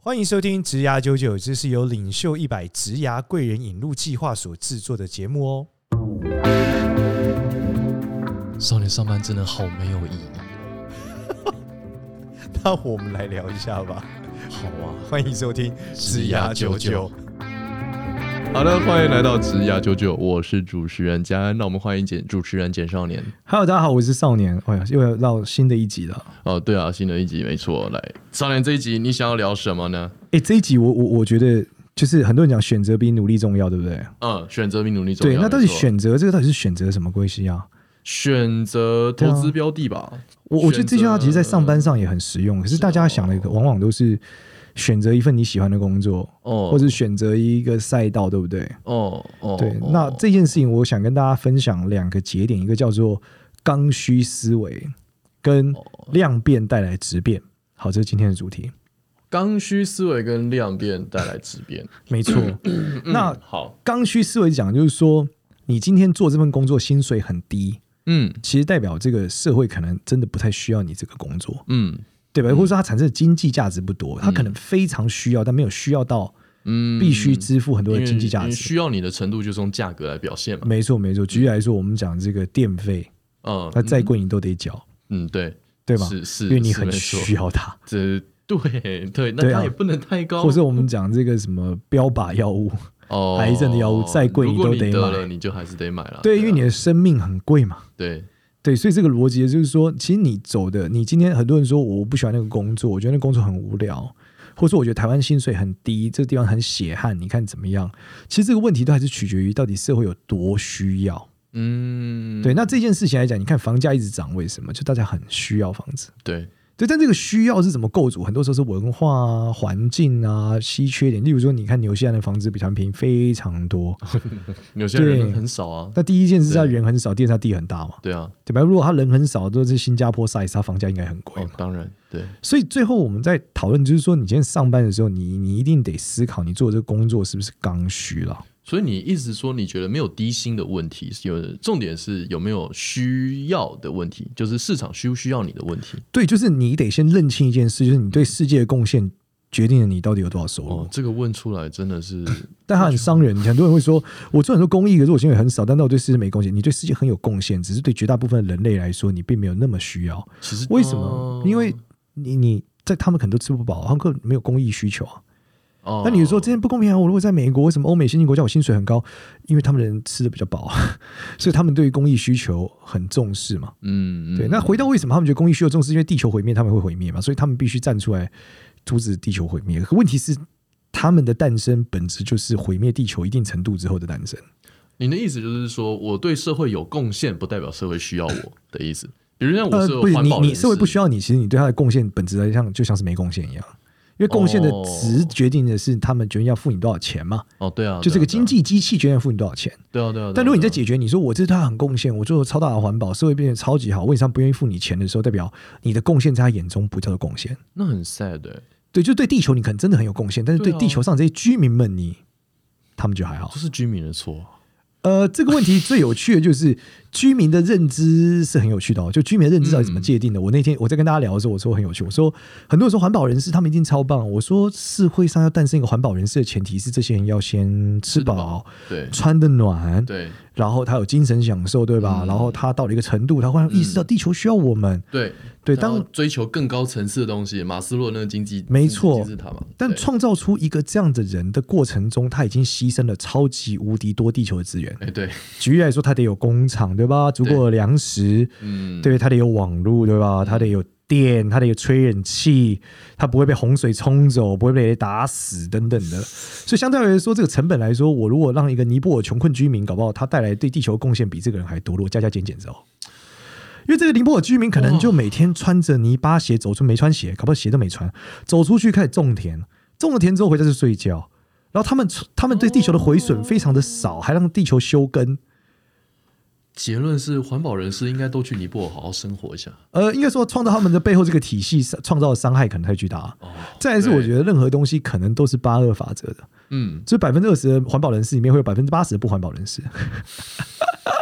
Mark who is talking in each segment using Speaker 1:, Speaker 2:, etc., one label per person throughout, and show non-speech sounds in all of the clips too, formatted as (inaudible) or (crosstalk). Speaker 1: 欢迎收听《职涯九九》，这是由领袖一百职涯贵人引路计划所制作的节目哦。 (laughs)
Speaker 2: 少年上班真的好没有意义，
Speaker 1: 那我们来聊一下吧。
Speaker 2: 好啊！
Speaker 1: 欢迎收听《
Speaker 2: 职涯99》，
Speaker 3: 好的，欢迎来到职涯九九，我是主持人嘉恩。那我们欢迎简主持人简少年。
Speaker 1: Hello，大家好，我是少年。哎呀，又要到新的一集了。
Speaker 3: 哦，对啊，新的一集没错。来，少年这一集你想要聊什么呢？
Speaker 1: 哎，这一集我我我觉得就是很多人讲选择比努力重要，对不对？
Speaker 3: 嗯，选择比努力重
Speaker 1: 对，
Speaker 3: 要。
Speaker 1: 那到底
Speaker 3: 没错
Speaker 1: 选择这个到底是选择什么关系啊？
Speaker 3: 选择投资标的吧？
Speaker 1: 我我觉得这句话其实在上班上也很实用，可是啊大家
Speaker 3: 哦
Speaker 1: 想的往往都是选择一份你喜欢的工作，
Speaker 3: 哦，
Speaker 1: 或者选择一个赛道，对不对？
Speaker 3: 哦哦，
Speaker 1: 对
Speaker 3: 哦，
Speaker 1: 那这件事情我想跟大家分享两个节点，一个叫做刚需思维跟
Speaker 3: 哦
Speaker 1: 量变带来质变。好，这是今天的主题，
Speaker 3: 刚需思维跟量变带来质变。
Speaker 1: (laughs)
Speaker 3: 嗯
Speaker 1: 没
Speaker 3: (laughs)
Speaker 1: 错。那
Speaker 3: 好，
Speaker 1: 刚需思维讲就是说，你今天做这份工作薪水很低，
Speaker 3: 嗯
Speaker 1: 其实代表这个社会可能真的不太需要你这个工作，
Speaker 3: 嗯
Speaker 1: 对吧？或者说它产生的经济价值不多，它可能非常需要，但没有需要到
Speaker 3: 嗯，
Speaker 1: 必须支付很多
Speaker 3: 因
Speaker 1: 的
Speaker 3: 为
Speaker 1: 经济价
Speaker 3: 因为
Speaker 1: 值。
Speaker 3: 需要你的程度就是用价格来表现嘛。
Speaker 1: 没错，没错。举例来说，我们讲这个电费，
Speaker 3: 嗯，
Speaker 1: 那再贵你都得缴，
Speaker 3: 嗯对
Speaker 1: 对吧？
Speaker 3: 是是，
Speaker 1: 因为你
Speaker 3: 是
Speaker 1: 很
Speaker 3: 没错
Speaker 1: 需要它。
Speaker 3: 这对对，那
Speaker 1: 对啊
Speaker 3: 它也不能太高，
Speaker 1: 或者我们讲这个什么标靶药物，
Speaker 3: 哦，
Speaker 1: 癌症的药物再贵
Speaker 3: 如果
Speaker 1: 你都
Speaker 3: 你
Speaker 1: 得
Speaker 3: 得
Speaker 1: 买
Speaker 3: 了，你就还是得买了。
Speaker 1: 对，因
Speaker 3: 啊
Speaker 1: 为你的生命很贵嘛，
Speaker 3: 对，
Speaker 1: 对，所以这个逻辑就是说，其实你走的，你今天很多人说我不喜欢那个工作，我觉得那工作很无聊，或者说我觉得台湾薪水很低，这个地方很血汗，你看怎么样？其实这个问题都还是取决于到底社会有多需要。
Speaker 3: 嗯，
Speaker 1: 对，那这件事情来讲，你看房价一直涨，为什么？就大家很需要房子。
Speaker 3: 对，
Speaker 1: 对，但这个需要是怎么构筑？很多时候是文化啊、环境啊、稀缺点。例如说，你看纽西兰的房子比台湾便宜非常多，
Speaker 3: 有些人
Speaker 1: 对
Speaker 3: 很少啊，
Speaker 1: 那第一件事是他
Speaker 3: 对
Speaker 1: 人很少，第二是他地很大嘛，
Speaker 3: 对啊，
Speaker 1: 对吧？如果他人很少，都是新加坡 size，他房价应该很贵
Speaker 3: 哦
Speaker 1: 嘛。，
Speaker 3: 当然，对，
Speaker 1: 所以最后我们在讨论，就是说你今天上班的时候，你你一定得思考，你做这个工作是不是刚需了？
Speaker 3: 所以你一直说你觉得没有低薪的问题，是有重点是有没有需要的问题，就是市场需不需要你的问题。
Speaker 1: 对，就是你得先认清一件事，就是你对世界的贡献决定了你到底有多少收入。
Speaker 3: 哦，这个问出来真的
Speaker 1: (laughs)
Speaker 3: 是
Speaker 1: 但他很伤人，很多人会说，我做很多公益，可是我薪水很少，但那我对世界没贡献。你对世界很有贡献，只是对绝大部分人类来说，你并没有那么需要。
Speaker 3: 其实
Speaker 1: 为什么
Speaker 3: 哦？
Speaker 1: 因为你你在他们可能都吃不饱，他们根本没有公益需求啊。
Speaker 3: 哦，
Speaker 1: 那你说这件不公平啊！我如果在美国，为什么欧美先进国家我薪水很高？因为他们人吃的比较饱，啊 (laughs) 所以他们对于公益需求很重视嘛。
Speaker 3: 嗯，嗯
Speaker 1: 对，那回到为什么他们觉得公益需求重视？因为地球毁灭，他们会毁灭嘛，所以他们必须站出来阻止地球毁灭。可问题是，他们的诞生本质就是毁灭地球一定程度之后的诞生。
Speaker 3: 你的意思就是说，我对社会有贡献，不代表社会需
Speaker 1: (laughs)
Speaker 3: 要我的意思。比如像我
Speaker 1: 呃，
Speaker 3: 是
Speaker 1: 不是
Speaker 3: 环
Speaker 1: 你
Speaker 3: 保
Speaker 1: 你
Speaker 3: 人
Speaker 1: 社会
Speaker 3: 士
Speaker 1: 不需要你，其实你对他的贡献本质来上就像是没贡献一样。因为贡献的
Speaker 3: 哦
Speaker 1: 值决定的是他们决定要付你多少钱嘛，
Speaker 3: 哦，对啊，
Speaker 1: 就这个
Speaker 3: 对啊
Speaker 1: 经，济机器决定要付你多少钱。
Speaker 3: 对啊对啊对啊。对啊
Speaker 1: 但如果你在解决，你说我这对他很贡献，我做超大的环保，社会变得超级好，为什么他不愿意付你钱的时候，代表你的贡献在他眼中不叫做贡献。
Speaker 3: 那很 sad 欸
Speaker 1: 对，就对地球你可能真的很有贡献，但是对
Speaker 3: 对啊
Speaker 1: 地球上这些居民们你，他们就还好
Speaker 3: 这。是居民
Speaker 1: (laughs)
Speaker 3: 的错啊。
Speaker 1: 呃，这个问题最有趣的就是居民的认知是很有趣的哦，就居民的认知到底怎么界定的？我那天我在跟大家聊的时候，我说很有趣，我说很多人说环保人士他们一定超棒，我说社会上要诞生一个环保人士的前提是这些人要先吃
Speaker 3: 吃得
Speaker 1: 饱、
Speaker 3: 对
Speaker 1: 穿得暖，
Speaker 3: 对
Speaker 1: 然后他有精神享受，对吧？
Speaker 3: 嗯
Speaker 1: 然后他到了一个程度，他忽然意识到地球需要我们。
Speaker 3: 对
Speaker 1: 对，
Speaker 3: 然后
Speaker 1: 当
Speaker 3: 追求更高层次的东西，马斯洛那个经济
Speaker 1: 没错
Speaker 3: 经济金字塔嘛。
Speaker 1: 但
Speaker 3: 对
Speaker 1: 创造出一个这样的人的过程中，他已经牺牲了超级无敌多地球的资源。
Speaker 3: 哎对，
Speaker 1: 举例来说，他得有工厂，对吧？足够的粮食，
Speaker 3: 嗯
Speaker 1: 对，他得有网络，对吧？他得有电，他得有吹冷气，他不会被洪水冲走，不会被雷打死等等的。所以相对来说，这个成本来说，我如果让一个尼泊尔穷困居民，搞不好他带来对地球贡献比这个人还多，如果加加减减之后。因为这个尼泊尔居民可能就每天穿着泥巴鞋走出，没穿鞋，搞不好鞋都没穿，走出去开始种田，种了田之后回家就睡觉，然后他们他们对地球的毁损非常的少，还让地球休耕，
Speaker 3: 结论是环保人士应该都去尼泊尔好好生活一下。
Speaker 1: 呃，应该说创造他们的背后这个体系创造的伤害可能太巨大。啊
Speaker 3: 哦，
Speaker 1: 再来是，
Speaker 3: 对
Speaker 1: 我觉得任何东西可能都是八二法则的，
Speaker 3: 嗯，
Speaker 1: 所以百分之二十的环保人士里面会有百分之八十的不环保人士， (laughs)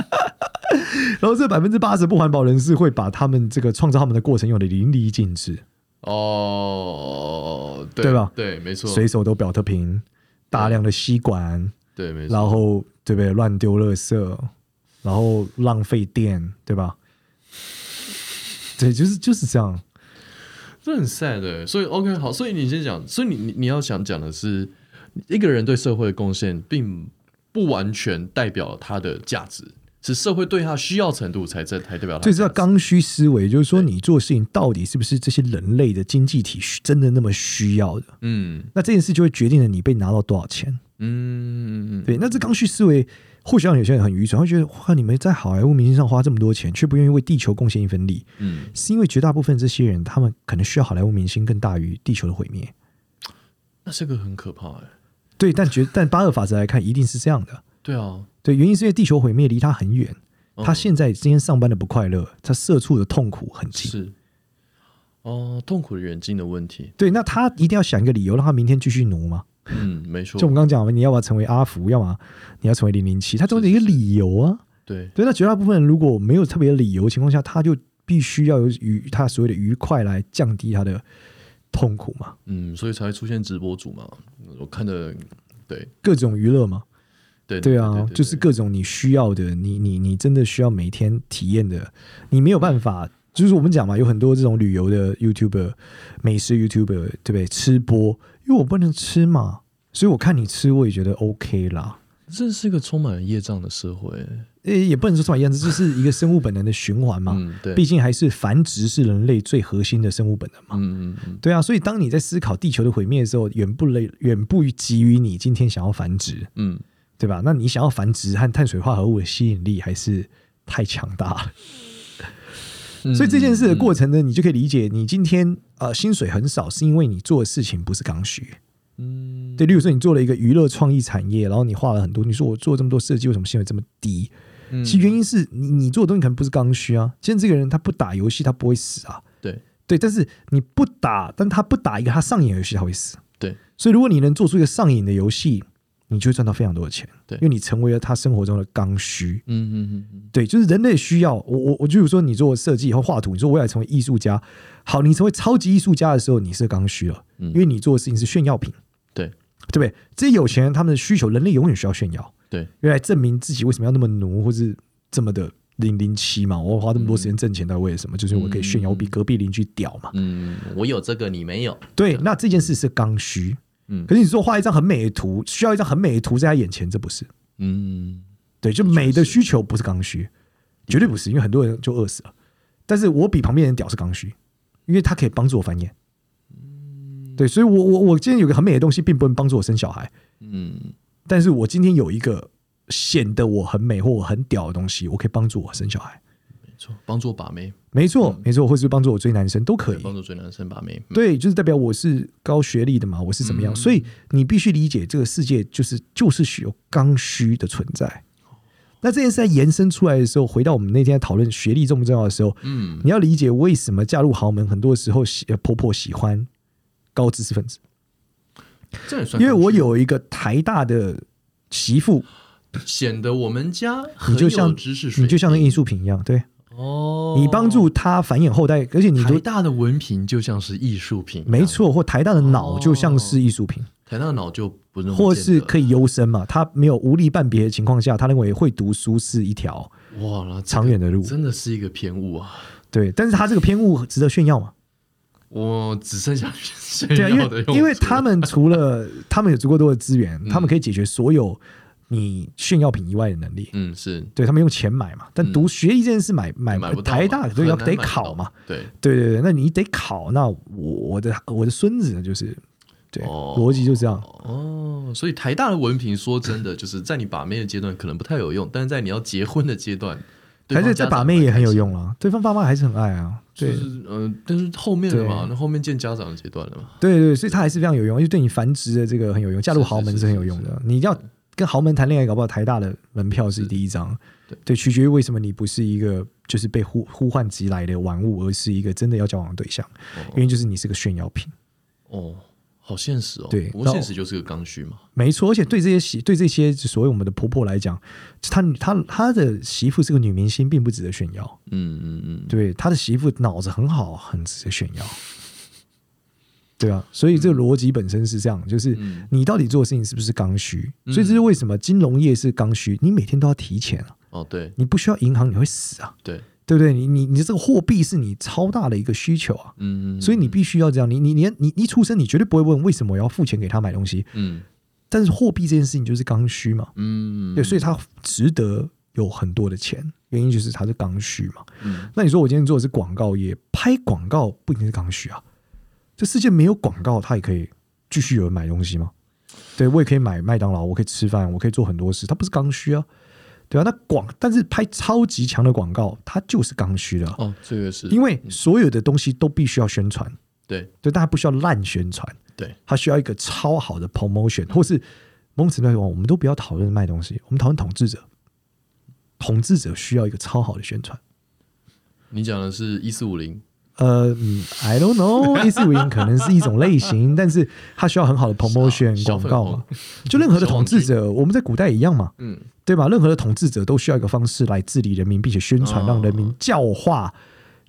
Speaker 1: 然后这百分之八十不环保人士会把他们这个创造他们的过程用的淋漓尽致。
Speaker 3: 哦，
Speaker 1: 对吧？
Speaker 3: 对，没错，
Speaker 1: 随手都表特瓶，大量的吸管，
Speaker 3: 对，没错，
Speaker 1: 然后对不对？乱丢垃圾，然后浪费电，对吧？对，就是就是这样。
Speaker 3: 这很 sad 欸所以 OK 好，所以你先讲，所以你你你要想讲的是，一个人对社会的贡献，并不完全代表他的价值，是社会对他需要程度才在才代表他的价值。
Speaker 1: 这是叫刚需思维，就是说你做事情到底是不是这些人类的经济体需真的那么需要的？
Speaker 3: 嗯
Speaker 1: 那这件事就会决定了你被拿到多少钱。
Speaker 3: 嗯嗯嗯
Speaker 1: 对，那这刚需思维或许让有些人很愚蠢，会觉得哇，你们在好莱坞明星上花这么多钱，却不愿意为地球贡献一分力，
Speaker 3: 嗯，
Speaker 1: 是因为绝大部分这些人他们可能需要好莱坞明星更大于地球的毁灭。
Speaker 3: 那这个很可怕哎、
Speaker 1: 对，但绝但巴尔法则来看，一定是这样的。
Speaker 3: 对啊，
Speaker 1: 对，原因是因为地球毁灭离他很远，
Speaker 3: 嗯
Speaker 1: 他现在今天上班的不快乐，他社畜的痛苦很近。
Speaker 3: 是哦，痛苦的远近的问题，
Speaker 1: 对，那他一定要想一个理由，让他明天继续奴嘛。
Speaker 3: 嗯，没错
Speaker 1: 就我，们刚刚讲嘛，你要么成为阿福，要么你要成为零零七，他总得一个理由啊。
Speaker 3: 对，
Speaker 1: 对，那绝大部分人如果没有特别的理由的情况下，他就必须要有愉他所谓的愉快来降低他的痛苦嘛，
Speaker 3: 嗯，所以才会出现直播主嘛，我看的，对
Speaker 1: 各种娱乐嘛。
Speaker 3: 对
Speaker 1: 对啊，
Speaker 3: 对
Speaker 1: 就是各种你需要的，你你你真的需要每天体验的，你没有办法。就是我们讲嘛，有很多这种旅游的 YouTuber、美食 YouTuber，对不对？吃播，因为我不能吃嘛，所以我看你吃，我也觉得 OK 啦。
Speaker 3: 这是一个充满了业障的社会欸，
Speaker 1: 呃，也不能说什么样子，这就是一个生物本能的循环嘛。
Speaker 3: 嗯，对，
Speaker 1: 毕竟还是繁殖是人类最核心的生物本能嘛。
Speaker 3: 嗯嗯嗯，
Speaker 1: 对啊，所以当你在思考地球的毁灭的时候，远不累，远不及于你今天想要繁殖，
Speaker 3: 嗯，
Speaker 1: 对吧？那你想要繁殖和碳水化合物的吸引力还是太强大了。
Speaker 3: 嗯
Speaker 1: 所以这件事的过
Speaker 3: 程，
Speaker 1: 程呢，你就可以理解，你今天呃薪水很少，是因为你做的事情不是刚需。
Speaker 3: 嗯，
Speaker 1: 对，例如说你做了一个娱乐创意产业，然后你画了很多，你说我做这么多设计，为什么薪水这么低？
Speaker 3: 嗯
Speaker 1: 其实原因是你你做的东西可能不是刚需啊。现在这个人他不打游戏，他不会死啊。
Speaker 3: 对
Speaker 1: 对，但是你不打，但他不打一个他上瘾的游戏，他会死。
Speaker 3: 对，
Speaker 1: 所以如果你能做出一个上瘾的游戏，你就会赚到非常多的钱。
Speaker 3: 对
Speaker 1: 因为你成为了他生活中的刚需。
Speaker 3: 嗯嗯嗯嗯，
Speaker 1: 对，就是人类需要我我我，就比如说你做设计或画图，你说我要成为艺术家，好，你成为超级艺术家的时候，你是刚需了，
Speaker 3: 嗯
Speaker 1: 因为你做的事情是炫耀品，
Speaker 3: 对
Speaker 1: 对不对？这些有钱人他们的需求，人类永远需要炫耀，
Speaker 3: 对，
Speaker 1: 用来证明自己为什么要那么奴，或是这么的零零七嘛，我花这么多时间挣钱到底为了什么？就是我可以炫耀我比隔壁邻居屌嘛。
Speaker 3: 嗯，我有这个，你没有，
Speaker 1: 对，那这件事是刚需。
Speaker 3: 嗯
Speaker 1: 可是你说画一张很美的图，需要一张很美的图在他眼前，这不是
Speaker 3: 嗯，
Speaker 1: 对，就美的需求不是刚需，绝对不
Speaker 3: 嗯
Speaker 1: 是，因为很多人就饿死了。但是我比旁边人屌是刚需，因为他可以帮助我繁衍。对，所以我我我今天有个很美的东西，并不能帮助我生小孩，
Speaker 3: 嗯，
Speaker 1: 但是我今天有一个显得我很美或我很屌的东西，我可以帮助我生小孩。
Speaker 3: 没错，帮助我把妹，
Speaker 1: 没
Speaker 3: 嗯
Speaker 1: 错，没错，或是帮助我追男生都可
Speaker 3: 对，
Speaker 1: 以。
Speaker 3: 帮助追男生把妹，嗯，
Speaker 1: 对，就是代表我是高学历的嘛，我是怎么样，所以你必须理解这个世界就是就是需有刚需的存在。那这件事在延伸出来的时候，回到我们那天在讨论学历重不重要的时候，
Speaker 3: 嗯，
Speaker 1: 你要理解为什么嫁入豪门，很多时候喜呃婆婆喜欢高知识分子，
Speaker 3: 这也算，
Speaker 1: 因为我有一个台大的媳妇，
Speaker 3: 显得我们家很
Speaker 1: 你就
Speaker 3: 有
Speaker 1: 像
Speaker 3: 知识水平，
Speaker 1: 你就像那艺术品一样，对
Speaker 3: 哦，
Speaker 1: 你帮助她繁衍后代，而且你
Speaker 3: 台
Speaker 1: 都
Speaker 3: 大的文凭就像是艺术品，
Speaker 1: 没，错，或台大的脑就像
Speaker 3: 哦
Speaker 1: 是艺术品。
Speaker 3: 台大的脑就不是那么
Speaker 1: 或是可
Speaker 3: 以
Speaker 1: 以优生嘛，他没有无力办别的情况下，他认为会读书是一条
Speaker 3: 哇，那这个
Speaker 1: 长远的路。
Speaker 3: 真的是一个偏误啊。
Speaker 1: 对，但是他这个偏误值得炫耀嘛？
Speaker 3: 我只剩下 (laughs) 炫
Speaker 1: 对啊，因
Speaker 3: 耀的
Speaker 1: 为
Speaker 3: 用
Speaker 1: 因为
Speaker 3: 处
Speaker 1: 他们除
Speaker 3: (laughs)
Speaker 1: 了他们有足够多的资源，
Speaker 3: 嗯
Speaker 1: 他们可以解决所有你炫耀品以外的能力。
Speaker 3: 嗯是
Speaker 1: 对他们用钱买嘛，但读学历这件事买买
Speaker 3: 嗯买不到嘛
Speaker 1: 台大对要
Speaker 3: 很难
Speaker 1: 得
Speaker 3: 买到
Speaker 1: 考嘛，
Speaker 3: 对
Speaker 1: 对对对，那你得考，那我我的我的孙子呢就是对
Speaker 3: 哦
Speaker 1: 逻辑就这样，
Speaker 3: 哦，所以台大的文凭说真的就是在你把妹的阶段可能不太有用，但是在你要结婚的阶段，对
Speaker 1: 还
Speaker 3: 方
Speaker 1: 是
Speaker 3: 家
Speaker 1: 在
Speaker 3: 长
Speaker 1: 把妹也很有用啊，对方爸妈还是很爱啊，
Speaker 3: 蛮开
Speaker 1: 对
Speaker 3: 心。就是呃，但是后面的嘛
Speaker 1: 对，
Speaker 3: 那后面见家长的阶段了嘛，
Speaker 1: 对对，所以它还是非常有用，因为对你繁殖的这个很有用，嫁入豪门是很有用的。你要跟豪门谈恋爱，搞不好台大的门票是第一张，
Speaker 3: 对
Speaker 1: 对，取决于为什么你不是一个就是被呼呼唤即来的玩物，而是一个真的要交往的对象，因为就是你是个炫耀品，
Speaker 3: 哦，好现实哦，
Speaker 1: 对
Speaker 3: 不过
Speaker 1: 然后
Speaker 3: 现实就是个刚需嘛，
Speaker 1: 没错。而且对这些媳对这些所谓我们的婆婆来讲，她她她的媳妇是个女明星，并不值得炫耀，
Speaker 3: 嗯嗯嗯，
Speaker 1: 对，她的媳妇脑子很好，很值得炫耀。对啊，所以这个逻辑本身是这样，就是
Speaker 3: 嗯
Speaker 1: 你到底做的事情是不是刚需？
Speaker 3: 嗯
Speaker 1: 所以这是为什么金融业是刚需，你每天都要提钱啊，
Speaker 3: 哦，对
Speaker 1: 你不需要银行你会死啊，
Speaker 3: 对，
Speaker 1: 对不对？你你你这个货币是你超大的一个需求啊，
Speaker 3: 嗯，
Speaker 1: 所以你必须要这样。你你你你你一出生，你绝对不会问为什么我要付钱给他买东西，
Speaker 3: 嗯
Speaker 1: 但是货币这件事情就是刚需嘛，
Speaker 3: 嗯，
Speaker 1: 对，所
Speaker 3: 以
Speaker 1: 以它值得有很多的钱，原因就是它是刚需嘛。
Speaker 3: 嗯
Speaker 1: 那你说我今天做的是广告业，拍广告不一定是刚需啊。这世界没有广告，它也可以继续有人买东西吗？对我也可以买麦当劳，我可以吃饭，我可以做很多事，它不是刚需啊，对啊。那广，但是拍超级强的广告，它就是刚需的啊、
Speaker 3: 哦，这个是
Speaker 1: 因为所有的东西都必须要宣传，
Speaker 3: 对
Speaker 1: 对，但它不需要烂宣传，
Speaker 3: 对，
Speaker 1: 它需要一个超好的 promotion，或是某种程度来讲，我们都不要讨论卖东西，我们讨论统治者，统治者需要一个超好的宣传。
Speaker 3: 你讲的是一四五零，
Speaker 1: 呃嗯，I don't know，一四
Speaker 3: (laughs)
Speaker 1: 五零可能是一种类型，但是它需要很好的 promotion
Speaker 3: 小
Speaker 1: 广
Speaker 3: 粉
Speaker 1: 告嘛。就任何的统治者，我们在古代一样嘛，
Speaker 3: 嗯，
Speaker 1: 对吧？任何的统治者都需要一个方式来治理人民，并且宣传
Speaker 3: 哦
Speaker 1: 让人民教化，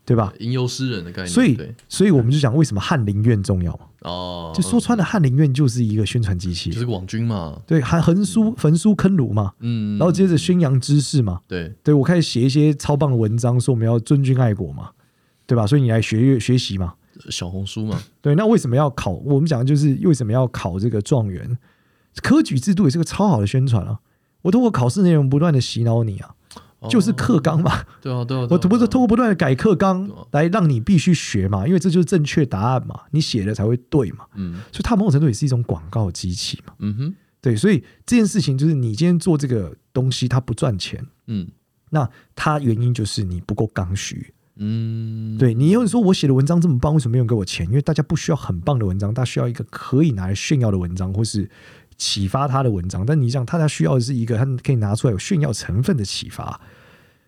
Speaker 1: 对吧？
Speaker 3: 吟游诗人的概念，
Speaker 1: 所以
Speaker 3: 对，
Speaker 1: 所以我们就讲为什么翰林院重要嘛？
Speaker 3: 哦，
Speaker 1: 就说穿了，翰林院就是一个宣传机
Speaker 3: 就
Speaker 1: 器，
Speaker 3: 是网军嘛，
Speaker 1: 对，还焚书焚书坑儒嘛，
Speaker 3: 嗯，
Speaker 1: 然后接着宣扬知识嘛，
Speaker 3: 对，
Speaker 1: 对我开始写一些超棒的文章，说我们要尊敬爱国嘛，对吧？所以你来学乐学习嘛，
Speaker 3: 小红书嘛，
Speaker 1: 对，那为什么要考？我们讲的就是为什么要考这个状元？科举制度也是个超好的宣传啊！我通过考试内容不断的洗脑你啊，(laughs)
Speaker 3: 哦
Speaker 1: 就是课纲嘛。
Speaker 3: 对啊，对啊，
Speaker 1: 我
Speaker 3: 对啊
Speaker 1: 不是通过不断的改课纲
Speaker 3: 对啊
Speaker 1: 来让你必须学嘛，因为这就是正确答案嘛，你写的才会对嘛。
Speaker 3: 嗯
Speaker 1: 所以它某种程度也是一种广告机器嘛。
Speaker 3: 嗯哼，
Speaker 1: 对，所以这件事情就是你今天做这个东西，它不赚钱，
Speaker 3: 嗯
Speaker 1: 那它原因就是你不够刚需。
Speaker 3: 嗯，
Speaker 1: 对你有人说我写的文章这么棒，为什么没有人给我钱？因为大家不需要很棒的文章，大家需要一个可以拿来炫耀的文章，或是启发他的文章。但你想，大家需要的是一个他可以拿出来有炫耀成分的启发，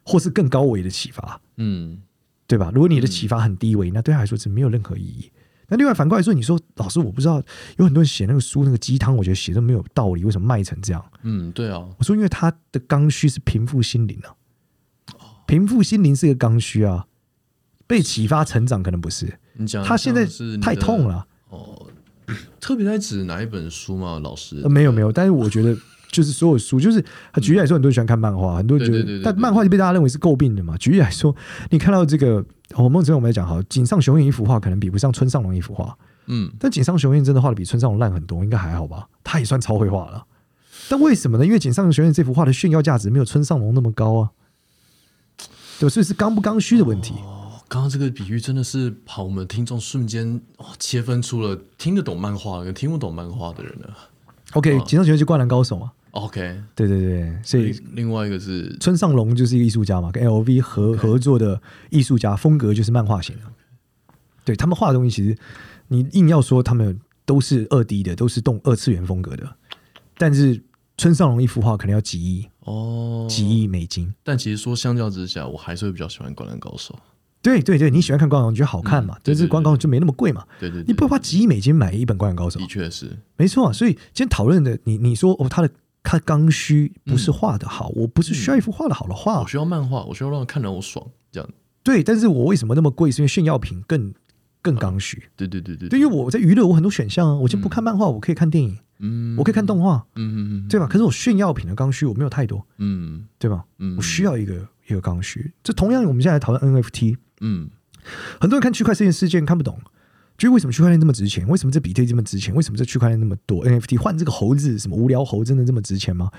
Speaker 1: 或是更高维的启发，
Speaker 3: 嗯
Speaker 1: 对吧？如果你的启发很低维，那对他来说是没有任何意义。那另外反过来说，你说老师，我不知道有很多人写那个书那个鸡汤，我觉得写的没有道理，为什么卖成这样？
Speaker 3: 嗯，对啊，
Speaker 1: 我说，因为他的刚需是平复心灵啊，平复心灵是一个刚需啊，被启发成长可能不是。
Speaker 3: 你讲
Speaker 1: 他现在
Speaker 3: 像是你的
Speaker 1: 太痛了，
Speaker 3: 哦，特别在指哪一本书嘛，老师
Speaker 1: 呃？没有没有，但是我觉得就是所有书，就是呃举例来说，很多人喜欢看漫画，很多人觉
Speaker 3: 嗯对对对
Speaker 1: 得
Speaker 3: 对，
Speaker 1: 但
Speaker 3: 对
Speaker 1: 漫画就被大家认为是诟病的嘛。举例来说， (laughs) 你看到这个，哦我们之前我们来讲好，井上雄彦一幅画可能比不上村上隆一幅画，
Speaker 3: 嗯，
Speaker 1: 但井上雄彦真的画的比村上隆烂很多，应该还好吧？他也算超会画了。但为什么呢？因为井上雄彦这幅画的炫耀价值没有村上隆那么高啊，对吧，所以是刚不刚需的问题。
Speaker 3: 哦，刚刚这个比喻真的是把我们听众瞬间哦切分出了听得懂漫画跟听不懂漫画的人了。
Speaker 1: OK，井
Speaker 3: 哦
Speaker 1: 上雄彦是灌篮高手嘛？
Speaker 3: OK，
Speaker 1: 对对对，所以
Speaker 3: 另另外一个是
Speaker 1: 村上隆就是一个艺术家嘛，跟 LV 合合作的艺术家，风格就是漫画型的。啊对他们画的东西，其实你硬要说他们都是二 D 的，都是动二次元风格的，但是村上隆一幅画可能要几亿、
Speaker 3: 哦，
Speaker 1: 几亿美金。
Speaker 3: 但其实说相较之下，我还是会比较喜欢《灌篮高手》。对
Speaker 1: 对对对，你喜欢看《灌篮》，觉得好看嘛？
Speaker 3: 嗯对
Speaker 1: 但是
Speaker 3: 对
Speaker 1: 《灌篮》就没那么贵嘛？
Speaker 3: 对对对，
Speaker 1: 你不会花几亿美金买一本《灌篮高手啊
Speaker 3: 的》？确是，
Speaker 1: 没错、啊，所以今天讨论的，你你说哦，他的他刚需不是画的好，
Speaker 3: 嗯
Speaker 1: 我不是需要一幅画的好的画啊、
Speaker 3: 我需要漫画，我需要让看得让我爽，这样。
Speaker 1: 对，但是我为什么那么贵？是因为炫耀品更更刚需。
Speaker 3: 对对对对，
Speaker 1: 对，因为我在娱乐，我很多选项啊，我先不看漫画，我可以看电影，
Speaker 3: 嗯，
Speaker 1: 我可以看动画，
Speaker 3: 嗯嗯嗯，
Speaker 1: 对吧？可是我炫耀品的刚需我没有太多，
Speaker 3: 嗯
Speaker 1: 对吧？
Speaker 3: 嗯，
Speaker 1: 我需要一个一个刚需。这同样，我们现在来讨论 NFT，
Speaker 3: 嗯
Speaker 1: 很多人看区块链事件看不懂。就是为什么区块链这么值钱？为什么这比特币这么值钱？为什么这区块链那么多 NFT 换这个猴子什么无聊猴真的这么值钱吗？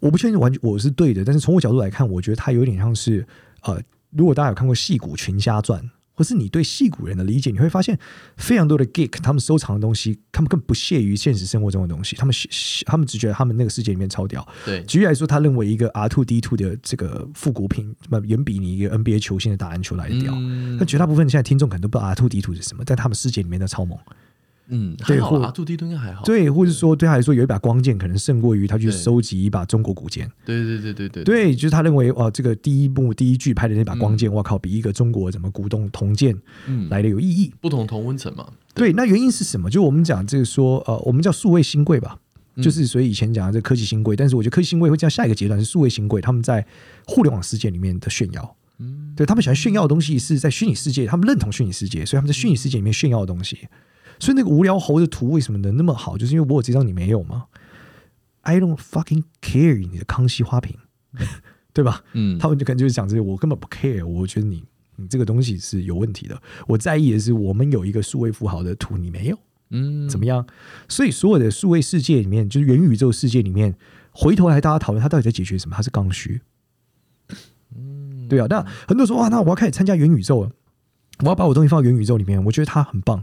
Speaker 1: 我不确定完全我是对的，但是从我角度来看，我觉得它有点像是呃，如果大家有看过《戏骨群侠传》，或是你对戏骨人的理解，你会发现非常多的 geek 他们收藏的东西，他们更不屑于现实生活中的东西，他们他们只觉得他们那个世界里面超屌，
Speaker 3: 对，
Speaker 1: 举例来说，他认为一个 R two D two 的这个复古品，那远比你一个 NBA 球星的打篮球来得屌。
Speaker 3: 嗯
Speaker 1: 那绝大部分现在听众可能都不知道 R two D two 是什么，在他们世界里面的超猛。
Speaker 3: 嗯，
Speaker 1: 对
Speaker 3: 还好
Speaker 1: 或
Speaker 3: 啦，杜地应该还好。
Speaker 1: 对，或者说对他来说，有一把光剑可能胜过于他去
Speaker 3: 对
Speaker 1: 收集一把中国古剑。
Speaker 3: 对对对对对对，
Speaker 1: 对，就是他认为哦、这个第一幕第一剧拍的那把光剑，我、靠，比一个中国什么古董铜剑
Speaker 3: 嗯，
Speaker 1: 来的有意义。
Speaker 3: 不同同温层嘛，
Speaker 1: 对，那原因是什么？就我们讲这个说，呃，我们叫数位新贵吧，就是所以以前讲的这科技新贵，但是我觉得科技新贵会叫下一个阶段是数位新贵，他们在互联网世界里面的炫耀。
Speaker 3: 嗯
Speaker 1: 对他们喜欢炫耀的东西是在虚拟世界，他们认同虚拟世界，所以他们在虚拟世界里面炫耀的东西。所以那个无聊猴的图为什么能那么好，就是因为我有这张你没有吗？I don't fucking care 你的康熙花瓶， (laughs) 对吧？
Speaker 3: 嗯，
Speaker 1: 他们就可能就是讲这些，我根本不 care，我觉得你你这个东西是有问题的。我在意的是，我们有一个数位富豪的图，你没有，
Speaker 3: 嗯
Speaker 1: 怎么样？所以所有的数位世界里面，就是元宇宙世界里面，回头来大家讨论它到底在解决什么，它是刚需。
Speaker 3: 嗯
Speaker 1: 对啊，那很多人说哇，那我要开始参加元宇宙了，我要把我东西放到元宇宙里面，我觉得它很棒。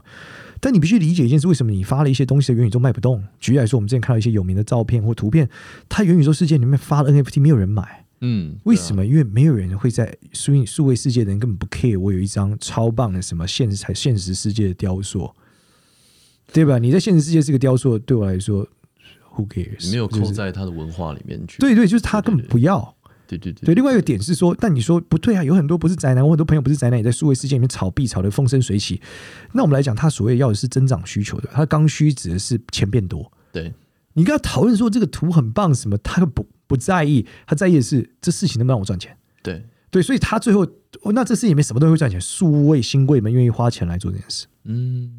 Speaker 1: 但你必须理解一件事，为什么你发了一些东西的元宇宙卖不动？举例来说，我们之前看到一些有名的照片或图片，它元宇宙世界里面发了 NFT，没有人买。
Speaker 3: 嗯，
Speaker 1: 为什么？因为没有人会在数数位世界的人根本不 care 我有一张超棒的什么现实现实世界的雕塑，对吧？你在现实世界是个雕塑，对我来说，who cares？
Speaker 3: 你没有
Speaker 1: 就是
Speaker 3: 扣在他的文化里面去？
Speaker 1: 对对，就是他根本不要。
Speaker 3: 对对对
Speaker 1: 对，另外一个点是说，但你说不对啊，有很多不是宅男，我很多朋友不是宅男，也在数位世界里面炒币炒得风生水起。那我们来讲，他所谓要的是增长需求的，他的刚需指的是钱变多。
Speaker 3: 对，
Speaker 1: 你跟他讨论说这个图很棒什么，他不不在意，他在意的是这事情能不能让我赚钱。
Speaker 3: 对，
Speaker 1: 对，所以他最后，哦那这事里面什么都会赚钱，数位新贵们愿意花钱来做这件事，
Speaker 3: 嗯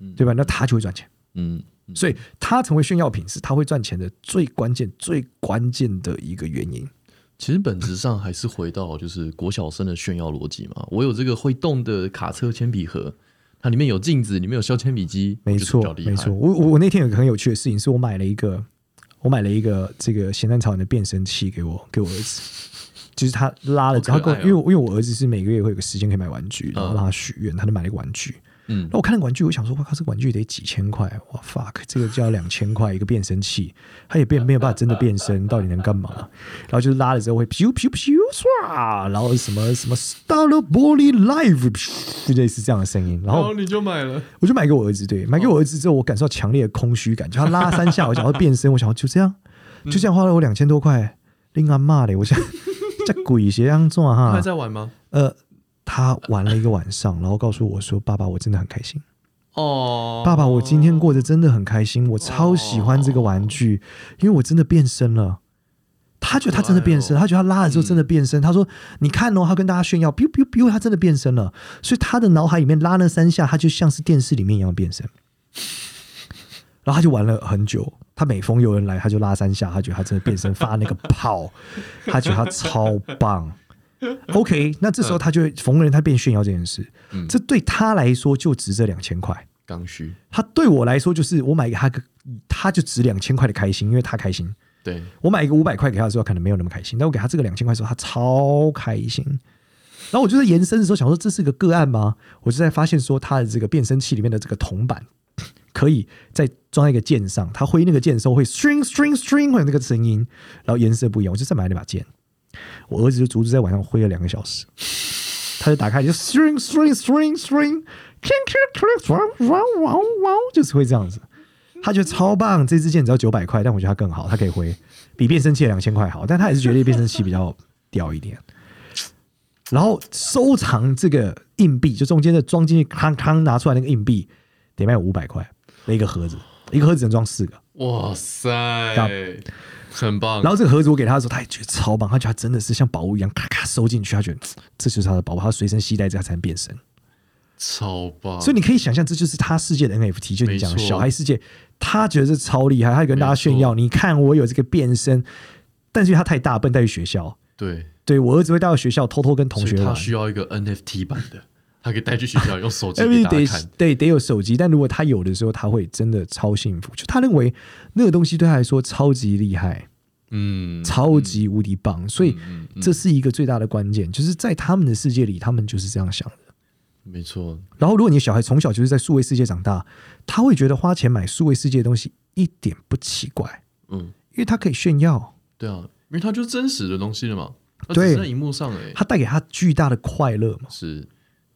Speaker 3: 嗯
Speaker 1: 对吧？那他就会赚钱，
Speaker 3: 嗯
Speaker 1: 所以他成为炫耀品是他会赚钱的最关键、最关键的一个原因。
Speaker 3: 其实本质上还是回到就是国小生的炫耀逻辑嘛。我有这个会动的卡车铅笔盒，它里面有镜子，里面有削铅笔机，
Speaker 1: 没
Speaker 3: 我
Speaker 1: 错
Speaker 3: 就，比较
Speaker 1: 没
Speaker 3: 厉
Speaker 1: 错。
Speaker 3: 害。
Speaker 1: 我我我那天有个很有趣的事情，是我买了一个，我买了一个这个咸蛋超人的变声器给我给我儿子。就是他拉了之后，他
Speaker 3: 好可
Speaker 1: 跟我
Speaker 3: 爱哦
Speaker 1: 因为我因为我儿子是每个月会有个时间可以买玩具，然后
Speaker 3: 嗯
Speaker 1: 让他许愿，他就买了一个玩具。
Speaker 3: 嗯
Speaker 1: 那我看那个玩具，我想说，哇靠，这个玩具得几千块，啊哇 fuck，这个就要两千块一个变声器，它也变没有办法真的变身，到底能干嘛？然后就是拉了之后会 pew pew pew 唰，然后什么什么 Star Body Live，噗就类似这样的声音。然后
Speaker 3: 哦你就买了，
Speaker 1: 我就买给我儿子，对，买给我儿子之后，我感受到强烈的空虚感，就他拉三下，我想要变身，我想要就这样，就这样花了我两千多块，令俺骂嘞，我想这鬼邪样做
Speaker 3: 他还
Speaker 1: 哈，
Speaker 3: 在玩吗？
Speaker 1: 呃。他玩了一个晚上，然后告诉我说：“爸爸，我真的很开心。”
Speaker 3: 哦，
Speaker 1: 爸爸，我今天过得真的很开心，我超喜欢这个玩具，因为我真的变身了。他觉得他真的变身，他觉得他拉了之后真的变身。他说：“你看哦，他跟大家炫耀，biu biu biu，他真的变身了。”所以他的脑海里面拉那三下，他就像是电视里面一样变身。然后他就玩了很久，他每逢有人来，他就拉三下，他觉得他真的变身发那个泡， (laughs) 他觉得他超棒。OK，那这时候他就逢人他便炫耀这件事，
Speaker 3: 嗯
Speaker 1: 这对他来说就值这两千块。
Speaker 3: 刚需，
Speaker 1: 他对我来说就是我买给他个，他就值两千块的开心，因为他开心。
Speaker 3: 对，
Speaker 1: 我买一个五百块给他的时候，可能没有那么开心，但我给他这个两千块的时候，他超开心。然后我就在延伸的时候想说，这是个个案吗？我就在发现说，他的这个变声器里面的这个铜板， (coughs) 可以再装在一个键上，他挥那个键的时候会 string string string 会有那个声音，然后颜色不一样。我就再买了一把剑，我儿子就足足在晚上挥了两个小时，他就打开就 string string string string，就是会这样子。他觉得超棒，这支箭只要九百块，但我觉得它更好，它可以挥，比变声器两千块好，但他还是觉得变声器比较屌一点。然后收藏这个硬币，就中间的装进去，康康拿出来那个硬币，得卖五百块那一个盒子，一个盒子只能装四个。
Speaker 3: 哇塞，很棒。
Speaker 1: 然后这个盒子我给他的时候，他也觉得超棒，他觉得他真的是像宝物一样，咔咔收进去，他觉得嘖这就是他的宝物，他随身携带着他才能变身。
Speaker 3: 超棒，
Speaker 1: 所以你可以想象，这就是他世界的 NFT，就你讲的
Speaker 3: 嗯没错
Speaker 1: 小孩世界，他觉得这超厉害，他也跟大家炫耀，
Speaker 3: 没
Speaker 1: 你看我有这个变身，但是因为他太大，不能带去学校。
Speaker 3: 对，
Speaker 1: 对我儿子会带到学校偷偷跟同
Speaker 3: 所
Speaker 1: 学
Speaker 3: 以他
Speaker 1: 玩。
Speaker 3: 需要一个 NFT 版的，他可以带去学
Speaker 1: (laughs)
Speaker 3: 校用手机
Speaker 1: 因
Speaker 3: 给
Speaker 1: 为
Speaker 3: 大
Speaker 1: 得
Speaker 3: 家看。
Speaker 1: 得得有手机，但如果他有的时候，他会真的超幸福。就他认为那个东西对他来说超级厉害，
Speaker 3: 嗯，
Speaker 1: 超级无敌棒，所以
Speaker 3: 嗯嗯
Speaker 1: 这是一个最大的关键，就是在他们的世界里，他们就是这样想的。
Speaker 3: 没错，
Speaker 1: 然后，如果你的小孩从小就是在数位世界长大，他会觉得花钱买数位世界的东西一点不奇怪，
Speaker 3: 嗯，
Speaker 1: 因为他可以炫耀，
Speaker 3: 对啊，因为它就是真实的东西了嘛，它
Speaker 1: 对
Speaker 3: 只是在荧幕上哎、
Speaker 1: 他带给他巨大的快乐嘛，
Speaker 3: 是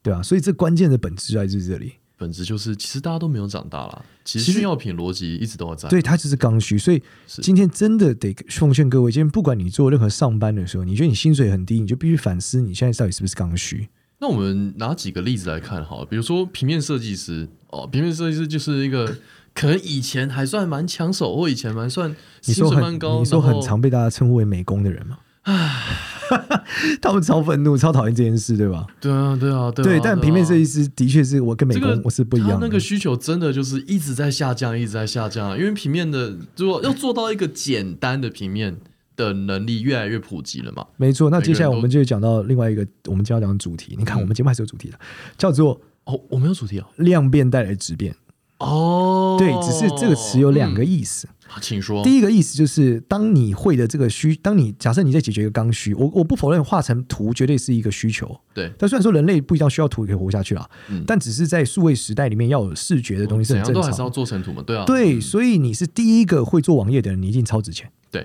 Speaker 1: 对吧、所以这关键的本质就在这里。
Speaker 3: 本质就是，其实大家都没有长大啦，其
Speaker 1: 其实
Speaker 3: 实炫耀品逻辑一直都在，
Speaker 1: 对，它就是刚需。所以
Speaker 3: 啊是
Speaker 1: 今天真的得奉劝各位，今天不管你做任何上班的时候，你觉得你薪水很低，你就必须反思你现在到底是不是刚需。
Speaker 3: 那我们拿几个例子来看哈，比如说平面设计师哦，平面设计师就是一个 (coughs) 可能以前还算蛮抢手，或以前蛮算
Speaker 1: 你
Speaker 3: 薪
Speaker 1: 说
Speaker 3: 水
Speaker 1: 很
Speaker 3: 蛮高，哦
Speaker 1: 你说
Speaker 3: 然后
Speaker 1: 很常被大家称呼为美工的人嘛？ (laughs) 他们超愤怒、超讨厌这件事，对吧？
Speaker 3: 对啊，对啊，对啊。
Speaker 1: 对，但平面设
Speaker 3: 这
Speaker 1: 计师的确是我跟美
Speaker 3: 这
Speaker 1: 工、
Speaker 3: 个
Speaker 1: 我是不一样
Speaker 3: 它
Speaker 1: 的。
Speaker 3: 那个需求真的就是一直在下降，一直在下降。因为平面的，如果要做到一个简单的平面的能力越来越普及了嘛，
Speaker 1: 没错，那
Speaker 3: 每个
Speaker 1: 接下来
Speaker 3: 人都
Speaker 1: 我们就讲到另外一个我们今天要讲的主题。你看，
Speaker 3: 嗯
Speaker 1: 我们节目还是有主题的，叫做
Speaker 3: 哦，我没有主题哦。
Speaker 1: 量变带来质变。啊
Speaker 3: 哦，
Speaker 1: 对，只是这个词有两个意思。
Speaker 3: 嗯，啊请说。
Speaker 1: 第一个意思就是，当你会的这个需，当你假设你在解决一个刚需，我我不否认画成图绝对是一个需求。
Speaker 3: 对，
Speaker 1: 但虽然说人类不一定需要图也可以活下去啦，
Speaker 3: 嗯
Speaker 1: 但只是在数位时代里面要有视觉的东西是
Speaker 3: 怎
Speaker 1: 很正
Speaker 3: 样都还是要
Speaker 1: 常。
Speaker 3: 做成图嘛，对啊，
Speaker 1: 对，所以你是第一个会做网页的人，你一定超值钱。
Speaker 3: 对，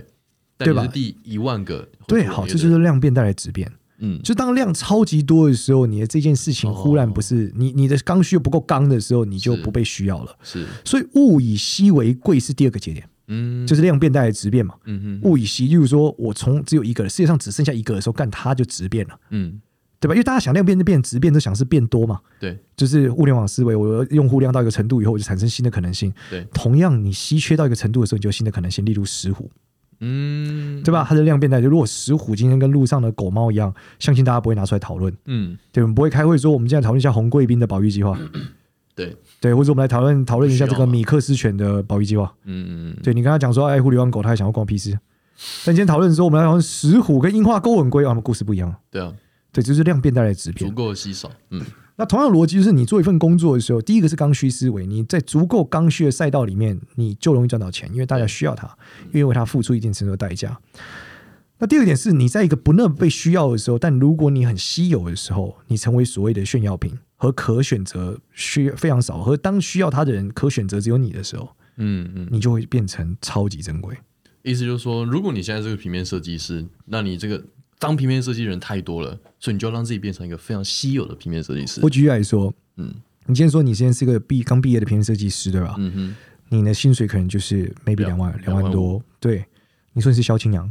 Speaker 1: 对
Speaker 3: 但你
Speaker 1: 吧
Speaker 3: 是第一万个会
Speaker 1: 对，
Speaker 3: 做网
Speaker 1: 好，
Speaker 3: 页
Speaker 1: 这就
Speaker 3: 的人
Speaker 1: 是量变带来质变。
Speaker 3: 嗯，
Speaker 1: 就当量超级多的时候，你的这件事情忽然不
Speaker 3: 哦
Speaker 1: 是、你你的刚需不够刚的时候，你就是不被需要了。
Speaker 3: 是
Speaker 1: 所以物以稀为贵是第二个节点，
Speaker 3: 嗯，
Speaker 1: 就是量变带来质变嘛。
Speaker 3: 嗯哼
Speaker 1: 物以稀，例如说我从只有一个，世界上只剩下一个的时候，干它就质变了，
Speaker 3: 嗯，
Speaker 1: 对吧？因为大家想量变就变质变，都想是变多嘛，
Speaker 3: 对
Speaker 1: 就是物联网思维，我用户量到一个程度以后，我就产生新的可能性。
Speaker 3: 对，
Speaker 1: 同样，你稀缺到一个程度的时候，你就有新的可能性，例如石虎，
Speaker 3: 嗯，
Speaker 1: 对吧？它的量变带，就如果石虎今天跟路上的狗猫一样，相信大家不会拿出来讨论。
Speaker 3: 嗯，
Speaker 1: 对，我们不会开会说我们现在讨论一下红贵宾的保育计划，
Speaker 3: 对，
Speaker 1: 对，或者我们来讨论讨论一下这
Speaker 3: 需
Speaker 1: 个
Speaker 3: 要吗
Speaker 1: 米克斯犬的保育计划。
Speaker 3: 嗯，
Speaker 1: 对你跟他讲说爱哎护流浪狗，他还想要逛屁事。但今天讨论说我们来讨论石虎跟樱花勾吻龟，啊，他们故事不一样。
Speaker 3: 对啊，
Speaker 1: 对，这就是量变带来的质
Speaker 3: 足
Speaker 1: 变。
Speaker 3: 够稀少，嗯，
Speaker 1: 那同样的逻辑就是，你做一份工作的时候，第一个是刚需思维，你在足够刚需的赛道里面，你就容易赚到钱，因为大家需要它，愿意为它付出一定程度的代价。那第二点是，你在一个不那么被需要的时候，但如果你很稀有的时候，你成为所谓的炫耀品和可选择需非常少，和当需要它的人可选择只有你的时候，
Speaker 3: 嗯嗯，
Speaker 1: 你就会变成超级珍贵。
Speaker 3: 意思就是说，如果你现在是个平面设计师，那你这个当平面设计人太多了，所以你就要让自己变成一个非常稀有的平面设计师
Speaker 1: 我。举例来说，
Speaker 3: 嗯
Speaker 1: 你今天说你现在是个毕刚毕业的平面设计师，对吧？
Speaker 3: 嗯哼，
Speaker 1: 你的薪水可能就是 maybe 两
Speaker 3: 两
Speaker 1: 万两
Speaker 3: 两
Speaker 1: 万
Speaker 3: 万
Speaker 1: 多，对，你说你是萧清扬，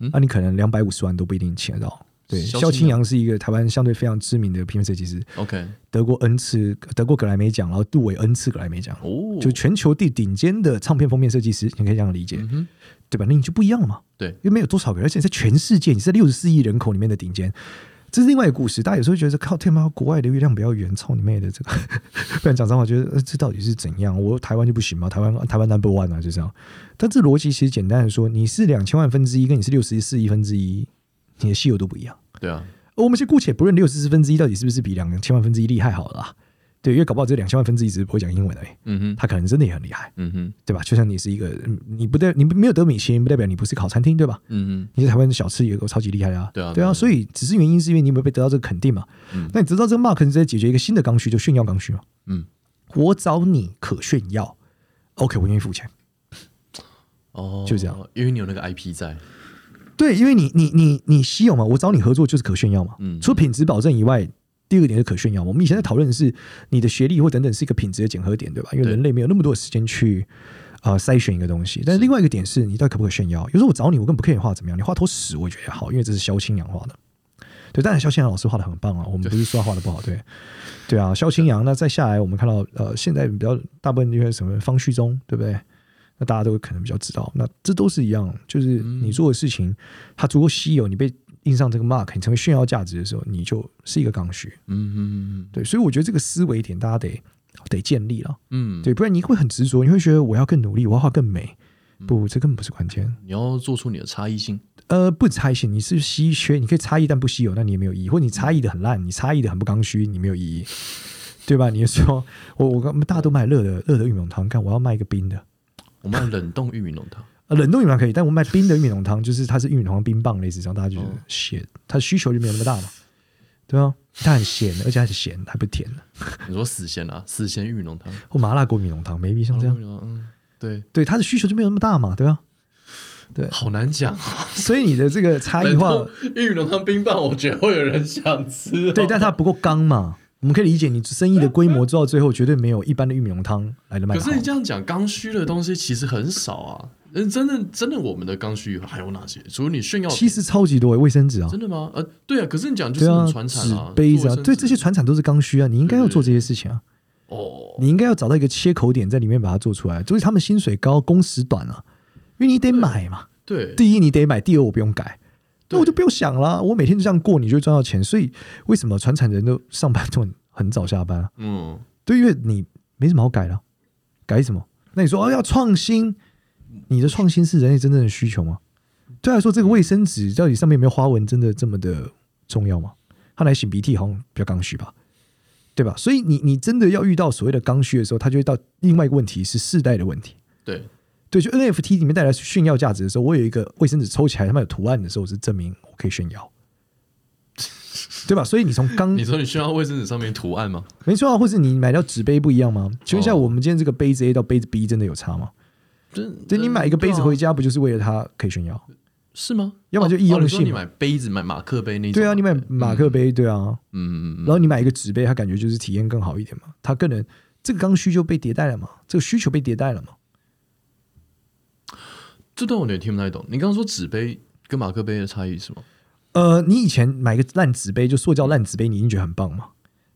Speaker 3: 嗯
Speaker 1: 啊，你可能两百五十万都不一定请得到。对，
Speaker 3: 萧
Speaker 1: 萧
Speaker 3: 清
Speaker 1: 清扬是一个台湾相对非常知名的平面设计师，
Speaker 3: ，OK，
Speaker 1: 得过 N 次得过格莱美奖，然后入围 N 次格莱美奖，
Speaker 3: 哦，
Speaker 1: 就全球第顶尖的唱片封面设计师，你可以这样理解，
Speaker 3: 嗯哼，
Speaker 1: 对吧？那你就不一样了嘛，
Speaker 3: 对
Speaker 1: 因为没有多少个人，而且在全世界，你是在六十四亿人口里面的顶尖。这是另外一个故事，大家有时候觉得靠天妈，国外的月亮比较圆，操你妹的这个！不然讲脏话，觉得、呃、这到底是怎样？我台湾就不行吗？台湾台湾 number one 啊，就这样。但这逻辑其实简单的说，你是两千万分之一，跟你是六十四亿分之一，你的稀有度不一样。
Speaker 3: 对啊，
Speaker 1: 而我们先姑且不论六十四分之一到底是不是比两千万分之一厉害好了啦，对，因为搞不好这两千万分之一只是不会讲英文而已，
Speaker 3: 嗯哼，
Speaker 1: 他可能真的也很厉害，
Speaker 3: 嗯哼，
Speaker 1: 对吧？就像你是一个，嗯你不代你没有得米其林，不代表你不是烤餐厅，对吧？
Speaker 3: 嗯
Speaker 1: 你在台湾的小吃也够超级厉害的啊，
Speaker 3: 对啊
Speaker 1: 对
Speaker 3: 对
Speaker 1: 啊，
Speaker 3: 啊
Speaker 1: 所以只是原因是因为你有没有被得到这个肯定嘛？
Speaker 3: 嗯
Speaker 1: 那你得到这个 mark，你在解决一个新的刚需，就炫耀刚需嘛。
Speaker 3: 哼，嗯，
Speaker 1: 我找你可炫耀，OK，我愿意付钱。
Speaker 3: 哦，
Speaker 1: 就这样，
Speaker 3: 因为你有那个 IP 在，
Speaker 1: 对，因为你你你你稀有嘛，我找你合作就是可炫耀嘛。
Speaker 3: 嗯
Speaker 1: 除了品质保证以外，第二个点是可炫耀嘛。我们以前在讨论的是你的学历或等等是一个品质的检核点，对吧？因为
Speaker 3: 对
Speaker 1: 人类没有那么多的时间去啊、呃筛选一个东西。但是
Speaker 3: 是
Speaker 1: 另外一个点是你到底可不可以炫耀？有时候我找你，我根本不看你画得怎么样，你画坨屎我觉得也好，因为这是萧清扬画的。对，当然萧清扬老师画的很棒啊，我们不是说他画的
Speaker 3: (laughs)
Speaker 1: 不好，对，对啊，萧清扬。那再下来，我们看到呃，现在比较大部分因为什么方旭中，对不对？那大家都可能比较知道，那这都是一样，就是
Speaker 3: 嗯
Speaker 1: 你做的事情，它足够稀有，你被印上这个 mark，你成为炫耀价值的时候，你就是一个刚需。
Speaker 3: 嗯哼，
Speaker 1: 对，所以我觉得这个思维点大家得得建立了，
Speaker 3: 嗯，
Speaker 1: 对，不然你会很执着，你会觉得我要更努力，我要画更美。不，这根本不是关键。
Speaker 3: 你要做出你的差异性，
Speaker 1: 呃，不差异，你是稀缺，你可以差异但不稀有，那你也没有意义；或你差异的很烂，你差异的很不刚需，你没有意义，对吧？你就说我我刚大家都卖热的热的玉米浓汤，看我要卖一个冰的，
Speaker 3: 我们要冷冻玉米浓
Speaker 1: (laughs)
Speaker 3: 汤，
Speaker 1: 呃，冷冻玉米浓汤可以，但我卖冰的玉米浓汤，就是它是玉米浓汤冰棒类似这样，大家就觉得
Speaker 3: 哦
Speaker 1: 咸，它的需求就没有那么大嘛，对啊，它很咸，而且它是咸，还不是甜的，
Speaker 3: 你说死咸啊，死咸玉米浓汤，
Speaker 1: 或麻辣锅玉米浓汤，maybe 像这样，
Speaker 3: 嗯，对，
Speaker 1: 对，它的需求就没有那么大嘛，对吧、
Speaker 3: 好难讲，
Speaker 1: 所以你的这个差异
Speaker 3: (laughs)
Speaker 1: 化，
Speaker 3: 玉米浓汤冰棒，我觉得会有人想吃、啊
Speaker 1: 对，但它不够刚嘛。我们可以理解，你生意的规模做到最后，绝对没有一般的玉米浓汤来的卖
Speaker 3: 可
Speaker 1: 得好
Speaker 3: 是。你这样讲，刚需的东西其实很少啊。嗯，真的，真的，我们的刚需还有哪些？除了你炫耀，
Speaker 1: 其实超级多卫生纸啊，
Speaker 3: 真的吗？呃，对啊。可是你讲就
Speaker 1: 对
Speaker 3: 是
Speaker 1: 啊，
Speaker 3: 很传产
Speaker 1: 纸
Speaker 3: 啊，
Speaker 1: 杯子
Speaker 3: 做
Speaker 1: 啊，
Speaker 3: 卫生
Speaker 1: 对，这些传产都是刚需啊，你应该要做这些事情啊，
Speaker 3: 哦，
Speaker 1: 你应该要找到一个切口点在里面把它做出来，就是他们薪水高，工时短啊，因为你得买嘛。
Speaker 3: 对，
Speaker 1: 第一你得买，第二我不用改，那我就不用想啦，我每天就这样过，你就会赚到钱。所以为什么传产人都上班都很很早下班啊？
Speaker 3: 嗯，
Speaker 1: 对，因为你没什么好改了，改什么？那你说哦要创新，你的创新是人类真正的需求吗？对来说，这个卫生纸到底上面有没有花纹，真的这么的重要吗？它来擤鼻涕好像比较刚需吧，对吧？所以你你真的要遇到所谓的刚需的时候，它就会到另外一个问题是世代的问题。
Speaker 3: 对，
Speaker 1: 对，就 NFT 里面带来炫耀价值的时候，我有一个卫生纸抽起来，它们有图案的时候，我是证明我可以炫耀，对吧？所以你从刚
Speaker 3: 你说你需要卫生纸上面图案吗？
Speaker 1: 没错啊，或是你买到纸杯不一样吗？请问一下，
Speaker 3: 哦
Speaker 1: 我们今天这个杯子 A 到杯子 B 真的有差吗？
Speaker 3: 真
Speaker 1: 对你买一个杯子
Speaker 3: 对
Speaker 1: 回
Speaker 3: 啊
Speaker 1: 家，不就是为了它可以炫耀？
Speaker 3: 嗯是吗？
Speaker 1: 要么就
Speaker 3: 哦
Speaker 1: 易用
Speaker 3: 哦你说
Speaker 1: 性
Speaker 3: 你
Speaker 1: 嘛
Speaker 3: 买杯子买马克杯那种，嗯
Speaker 1: 对啊，你买马克杯，对啊，
Speaker 3: 嗯，嗯嗯
Speaker 1: 然后你买一个纸杯，它感觉就是体验更好一点嘛，它更能这个刚需就被迭代了嘛，这个需求被迭代了嘛，
Speaker 3: 这段我有点听不太懂。你刚刚说纸杯跟马克杯的差异是什么？
Speaker 1: 呃，你以前买一个烂纸杯，就塑胶烂纸杯，你已经觉得很棒嘛。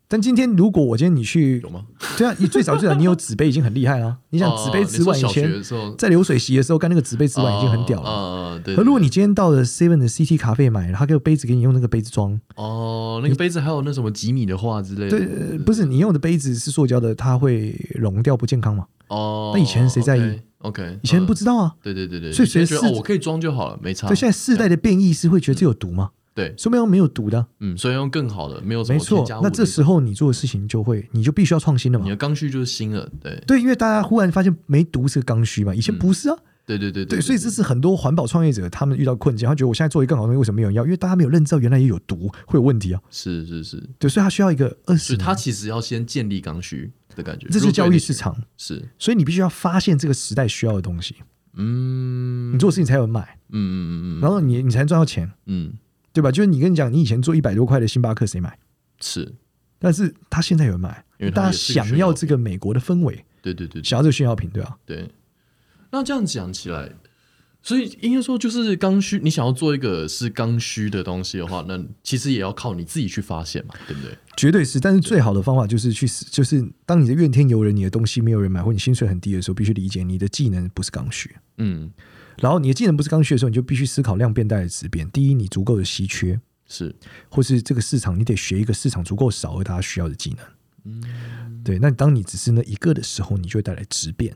Speaker 1: 但今天如果我今天你去
Speaker 3: 有，吗？
Speaker 1: 对啊，你最早最早你有纸杯已经很厉害啦。你想
Speaker 3: 哦
Speaker 1: 纸杯
Speaker 3: 你
Speaker 1: 瓷
Speaker 3: 说
Speaker 1: 碗以
Speaker 3: 小学
Speaker 1: 前
Speaker 3: 的时候，
Speaker 1: 在流水席的时候干那个纸杯瓷碗已经很屌了。
Speaker 3: 啊，对。
Speaker 1: 而如果
Speaker 3: 对
Speaker 1: 你今天到了 Seven 的 CT 咖啡买了，他给我杯子给你用那个杯子装，
Speaker 3: 哦，那个杯子还有那什么几米的画之类的，
Speaker 1: 对，呃不是你用的杯子是塑胶的，它会溶掉不健康嘛？
Speaker 3: 哦，
Speaker 1: 那以前谁在意
Speaker 3: ？OK，
Speaker 1: 以前不知道啊，
Speaker 3: 对对对对，
Speaker 1: 所以
Speaker 3: 以前
Speaker 1: 随着
Speaker 3: 觉得
Speaker 1: 世
Speaker 3: 哦，我可以装就好了，没差。
Speaker 1: 所以现在世代的变异是会觉得这有毒吗？
Speaker 3: 对，
Speaker 1: 说明没有毒的啊，
Speaker 3: 嗯，所以用更好的，没有什
Speaker 1: 没
Speaker 3: 么
Speaker 1: 错
Speaker 3: 添加。物
Speaker 1: 那这
Speaker 3: 的
Speaker 1: 时候你做的事情就会，你就必须要创新了嘛
Speaker 3: 你。的刚需就是新的，对
Speaker 1: 对，因为大家忽然发现没毒是个刚需嘛，以前不是啊。
Speaker 3: 对对对
Speaker 1: 对，所以这是很多环保创业者他们遇到困境，他觉得我现在做一个更好的东西，为什么没有人要？因为大家没有认知到原来也有毒，会有问题啊。
Speaker 3: 是是是，
Speaker 1: 对，所以他需要一个二十
Speaker 3: 所以，它其实要先建立刚需的感觉，
Speaker 1: 嗯这就是教育市，场，
Speaker 3: 是，
Speaker 1: 所以你必须要发现这个时代需要的东西，
Speaker 3: 嗯
Speaker 1: 你做的事情才有人买，
Speaker 3: 嗯嗯嗯嗯
Speaker 1: 然后你你才能赚到钱。
Speaker 3: 嗯，
Speaker 1: 对吧？就是你跟你讲，你以前做一百多块的星巴克谁买？
Speaker 3: 是，
Speaker 1: 但是他现在有人买，
Speaker 3: 因为它
Speaker 1: 大家
Speaker 3: 也是一个
Speaker 1: 想要这个美国的氛围，
Speaker 3: 对对对对
Speaker 1: 想要这个炫耀品，对吧、啊
Speaker 3: 对。那这样讲起来，所以应该说就是刚需，你想要做一个是刚需的东西的话，那其实也要靠你自己去发现嘛，对不对？
Speaker 1: 绝对是。但是最好的方法就是去，就是当你的怨天尤人，你的东西没有人买，或你薪水很低的时候，必须理解你的技能不是刚需。
Speaker 3: 嗯，
Speaker 1: 然后你的技能不是刚需的时候，你就必须思考量变带的质变。第一，你足够的稀缺，
Speaker 3: 是，
Speaker 1: 或是这个市场，你得学一个市场足够少而大家需要的技能。对，那当你只是那一个的时候，你就会带来质变。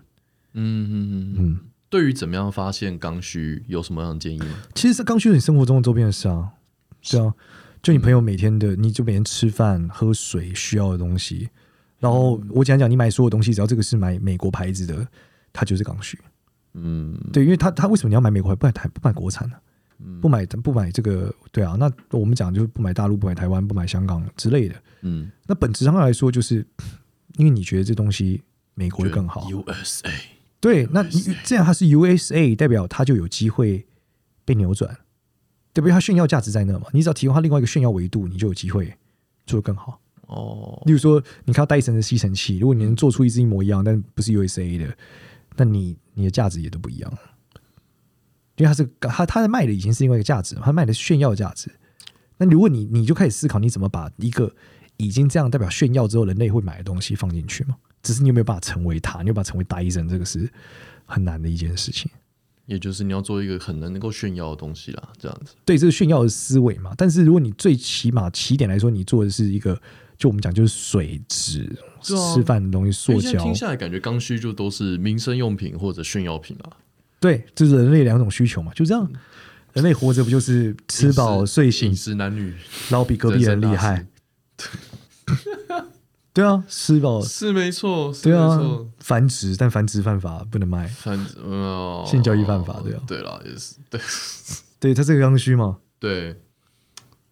Speaker 3: 嗯嗯嗯嗯。对于怎么样发现刚需，有什么样的建议吗？
Speaker 1: 其实这刚需是你生活中的周边的事啊，对啊，就你朋友每天的，你就每天吃饭、喝水需要的东西。然后我讲讲，你买所有东西，只要这个是买美国牌子的，它就是刚需。
Speaker 3: 嗯，
Speaker 1: 对，因为它它为什么你要买美国牌，不买台不买国产呢、啊不买不买这个，对啊。那我们讲就是不买大陆、不买台湾、不买香港之类的。
Speaker 3: 嗯，
Speaker 1: 那本质上来说，就是因为你觉得这东西美国会
Speaker 3: 觉得
Speaker 1: 更好，
Speaker 3: USA，
Speaker 1: 对，那你这样它是 USA，代表它就有机会被扭转，对不对？它炫耀价值在那嘛，你只要提供它另外一个炫耀维度，你就有机会做得更好。
Speaker 3: 哦，
Speaker 1: 例如说，你看到戴森的吸尘器，如果你能做出一只一模一样，但不是 USA 的，那你你的价值也都不一样，因为它是它它在卖的已经是另外一个价值，它卖的是炫耀价值。那如果你你就开始思考，你怎么把一个已经这样代表炫耀之后人类会买的东西放进去嘛？只是你有没有办法成为它，你有没有办法成为戴森，这个是很难的一件事情。
Speaker 3: 也就是你要做一个很能够炫耀的东西啦，这样子。
Speaker 1: 对，这是炫耀的思维嘛。但是如果你最起码起点来说，你做的是一个，就我们讲就是水质、
Speaker 3: 对啊
Speaker 1: 吃饭的东西、
Speaker 3: 因
Speaker 1: 塑
Speaker 3: 为现在
Speaker 1: 胶，
Speaker 3: 听下来，感觉刚需就都是民生用品或者炫耀品啦。
Speaker 1: 对，这是人类两种需求嘛，就这样。
Speaker 3: 嗯
Speaker 1: 人类活着不就是吃饱
Speaker 3: 饮食
Speaker 1: 睡醒
Speaker 3: 饮，食男女
Speaker 1: 然后比隔壁人厉
Speaker 3: (laughs)
Speaker 1: 害？，对啊，吃饱
Speaker 3: 人生大事是没错，是
Speaker 1: 对
Speaker 3: 没
Speaker 1: 啊
Speaker 3: 错，
Speaker 1: 繁殖，但繁殖犯法不能卖，
Speaker 3: 反正哦
Speaker 1: 性交易犯法对啊
Speaker 3: 对啦，也是对
Speaker 1: 对，它这个刚需嘛，
Speaker 3: 对。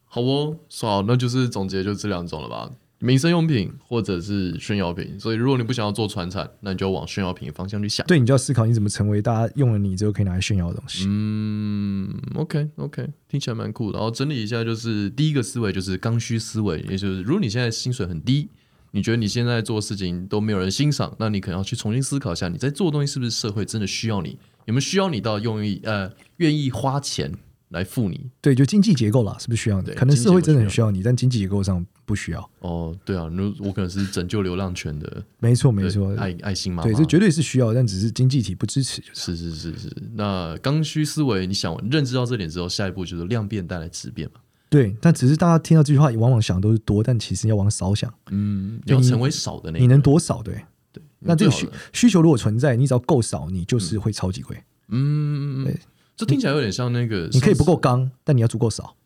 Speaker 3: 好哦，好，那就是总结就这两种了吧，民生用品或者是炫耀品。所以如果你不想要做传产，那你就往炫耀品的方向去想。
Speaker 1: 对，你就要思考你怎么成为大家用了你之后可以拿来炫耀的东西。
Speaker 3: 嗯，OK OK，听起来蛮酷的。然后整理一下，就是第一个思维就是刚需思维，也就是如果你现在薪水很低，你觉得你现在做事情都没有人欣赏，那你可能要去重新思考一下，你在做的东西是不是社会真的需要你，有没有需要你到用意呃愿意花钱来付你。
Speaker 1: 对，就经济结构啦，是不是需要你？
Speaker 3: 对
Speaker 1: 可能社会真的很
Speaker 3: 经济结构
Speaker 1: 需要你，但经济结构上不需要。
Speaker 3: 哦，对啊，如我可能是拯救流浪犬的，
Speaker 1: 没错，没错
Speaker 3: 对，爱爱心妈妈，
Speaker 1: 对，这绝对是需要，但只是经济体不支持。就是
Speaker 3: 是是是。那刚需思维，你想认知到这点之后，下一步就是量变带来质变嘛。
Speaker 1: 对，但只是大家听到这句话，往往想都是多，但其实要往少想，
Speaker 3: 嗯，你要
Speaker 1: 你
Speaker 3: 成为少的那
Speaker 1: 你
Speaker 3: 个
Speaker 1: 能多少？对，
Speaker 3: 对，
Speaker 1: 嗯那这个需
Speaker 3: 最好的
Speaker 1: 需求如果存在，你只要够少，你就是会超级贵。
Speaker 3: 嗯，嗯嗯嗯
Speaker 1: 对
Speaker 3: 这听起来有点像那个，
Speaker 1: 你可以不够，刚，但你要足够
Speaker 3: (laughs)
Speaker 1: 少。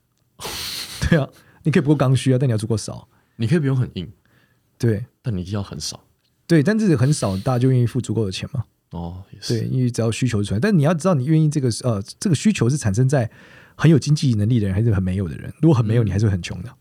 Speaker 1: 对啊，你可以不够刚需啊，但你要足够少。
Speaker 3: 你可以不用很硬，
Speaker 1: 对
Speaker 3: 但你一定要很少。
Speaker 1: 对，但是很少，大家就愿意付足够的钱嘛。
Speaker 3: 哦，也是
Speaker 1: 对，，因为只要需求出来，但你要知道，你愿意这个呃，这个需求是产生在很有经济能力的人，还是很没有的人？如果很没
Speaker 3: 嗯
Speaker 1: 有，你还是会很穷的。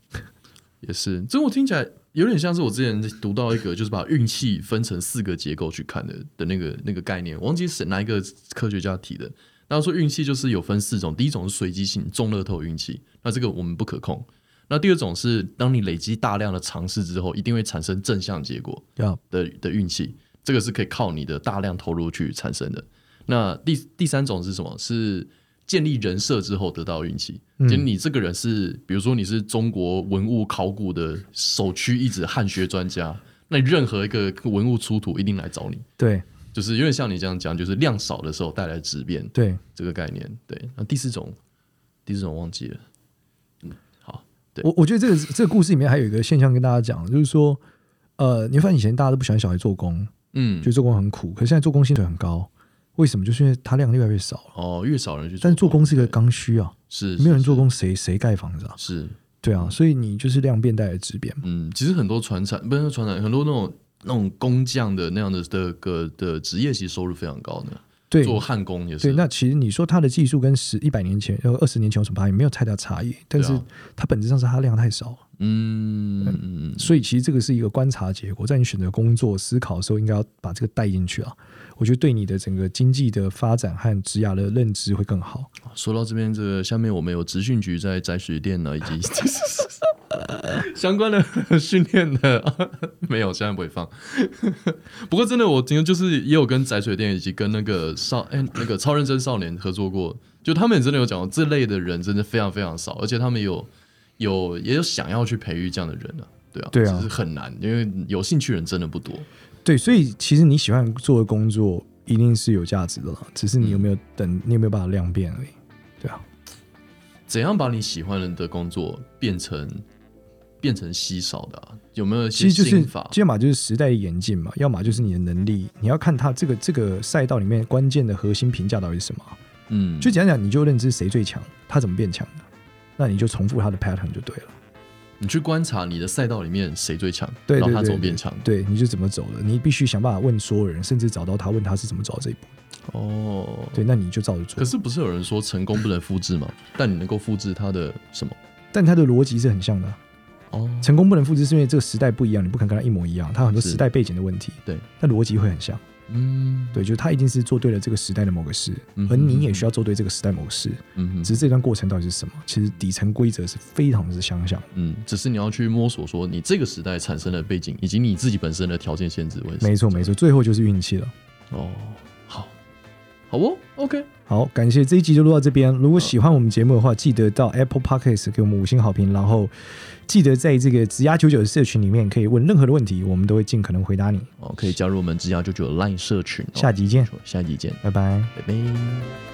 Speaker 3: 也是。这我听起来有点像是我之前读到一个，就是把运气分成四个结构去看的的那个那个概念，我忘记是哪一个科学家提的。那说运气就是有分四种，第一种是随机性，中乐透运气，那这个我们不可控。那第二种是，当你累积大量的尝试之后，一定会产生正向结果。
Speaker 1: 对啊，
Speaker 3: 的的运气，这个是可以靠你的大量投入去产生的。那第第三种是什么？是建立人设之后得到运气。
Speaker 1: 嗯
Speaker 3: 就是你这个人是，比如说你是中国文物考古的首屈一指汉学专家，那你任何一个文物出土一定来找你，
Speaker 1: 对
Speaker 3: 就是有点像你这样讲，就是量少的时候带来质变
Speaker 1: 对，
Speaker 3: 这个概念。对，那第四种，第四种忘记了。嗯，好，对
Speaker 1: 我我觉得这个这个故事里面还有一个现象跟大家讲，就是说，呃，你会发现以前大家都不喜欢小孩做工，
Speaker 3: 嗯
Speaker 1: 觉，得做工很苦，可是现在做工薪水很高，为什么？就是因为它量越来越少了。
Speaker 3: 哦，越少人去，
Speaker 1: 但是做工是一个
Speaker 3: 对
Speaker 1: 刚需啊，
Speaker 3: 是
Speaker 1: 没有人
Speaker 3: 是
Speaker 1: 做工谁谁盖房子啊？
Speaker 3: 是
Speaker 1: 对啊，所以你就是量变带来的质变嘛。
Speaker 3: 嗯，其实很多船产不是船产，很多那种那种工匠的那样的的个的职业，其实收入非常高的，
Speaker 1: 对
Speaker 3: 做焊工也
Speaker 1: 对，
Speaker 3: 是。
Speaker 1: 那其实你说它的技术跟十一百年前、呃二十年前有什么差异？没有太大差异，但
Speaker 3: 对
Speaker 1: 是
Speaker 3: 啊
Speaker 1: 它本质上是它量太少了。
Speaker 3: 嗯嗯嗯，
Speaker 1: 所以其实这个是一个观察结果，在你选择工作、思考的时候，应该要把这个带进去啊。我觉得对你的整个经济的发展和职涯的认知会更好。
Speaker 3: 嗯说到这边，这个下面我们有职训局在摘水电呢，以
Speaker 1: (laughs)
Speaker 3: 及相关的训练的， (laughs) 没有，现在不会放。 (laughs) 不过真的，我听就是也有跟宅水电以及跟那个少哎、那个超认真少年合作过，就他们也真的有讲过，这类的人真的非常非常少，而且他们有有也有想要去培育这样的人啊，对啊，
Speaker 1: 对啊
Speaker 3: 只是很难，因为有兴趣人真的不多。
Speaker 1: 对，所以其实你喜欢做的工作一定是有价值的啦，只是你有没有
Speaker 3: 嗯
Speaker 1: 等，你有没有把它量变而已。对啊，
Speaker 3: 怎样把你喜欢的工作变成变成稀少的、啊？有没有一
Speaker 1: 其
Speaker 3: 些
Speaker 1: 实就是
Speaker 3: 心法？
Speaker 1: 要么就是时代的演进嘛，要么就是你的能力，你要看它这个这个赛道里面关键的核心评价到底是什么啊。
Speaker 3: 嗯，
Speaker 1: 就讲讲，你就认知谁最强，他怎么变强的，那你就重复他的 pattern 就对了。
Speaker 3: 你去观察你的赛道里面谁最强，
Speaker 1: 对对
Speaker 3: 然后他
Speaker 1: 对
Speaker 3: 怎么变强。
Speaker 1: 对，你就怎么走的，你必须想办法问所有人，甚至找到他，问他是怎么走到这一步。
Speaker 3: 哦，
Speaker 1: 对，那你就照着做
Speaker 3: 可。是不是有人说成功不能复制吗？但你能够复制它的什么？
Speaker 1: 但他的逻辑是很像的啊、
Speaker 3: 哦，
Speaker 1: 成功不能复制，是因为这个时代不一样，你不可能跟他一模一样，他有很多
Speaker 3: 是
Speaker 1: 时代背景的问题。
Speaker 3: 对，
Speaker 1: 但逻辑会很像。
Speaker 3: 嗯，
Speaker 1: 对，就是他一定是做对了这个时代的某个事，
Speaker 3: 嗯哼
Speaker 1: 而你也需要做对这个时代某个事。
Speaker 3: 嗯哼
Speaker 1: 只是这段过程到底是什么，其实底层规则是非常之相像的。
Speaker 3: 嗯，只是你要去摸索说你这个时代产生的背景，以及你自己本身的条件限制为什么
Speaker 1: 没错，没错，最后就是运气了。
Speaker 3: 哦，好，好哦，OK，
Speaker 1: 好，感谢这一集就录到这边。如果喜欢我们节目的话，记得到 Apple Podcast 给我们五星好评，然后记得在这个直压九九的社群里面可以问任何的问题，我们都会尽可能回答你。
Speaker 3: 哦，可以加入我们之家九九的 LINE 社群、哦。
Speaker 1: 下集见
Speaker 3: 没，错下集见，
Speaker 1: 拜拜。
Speaker 3: 拜拜。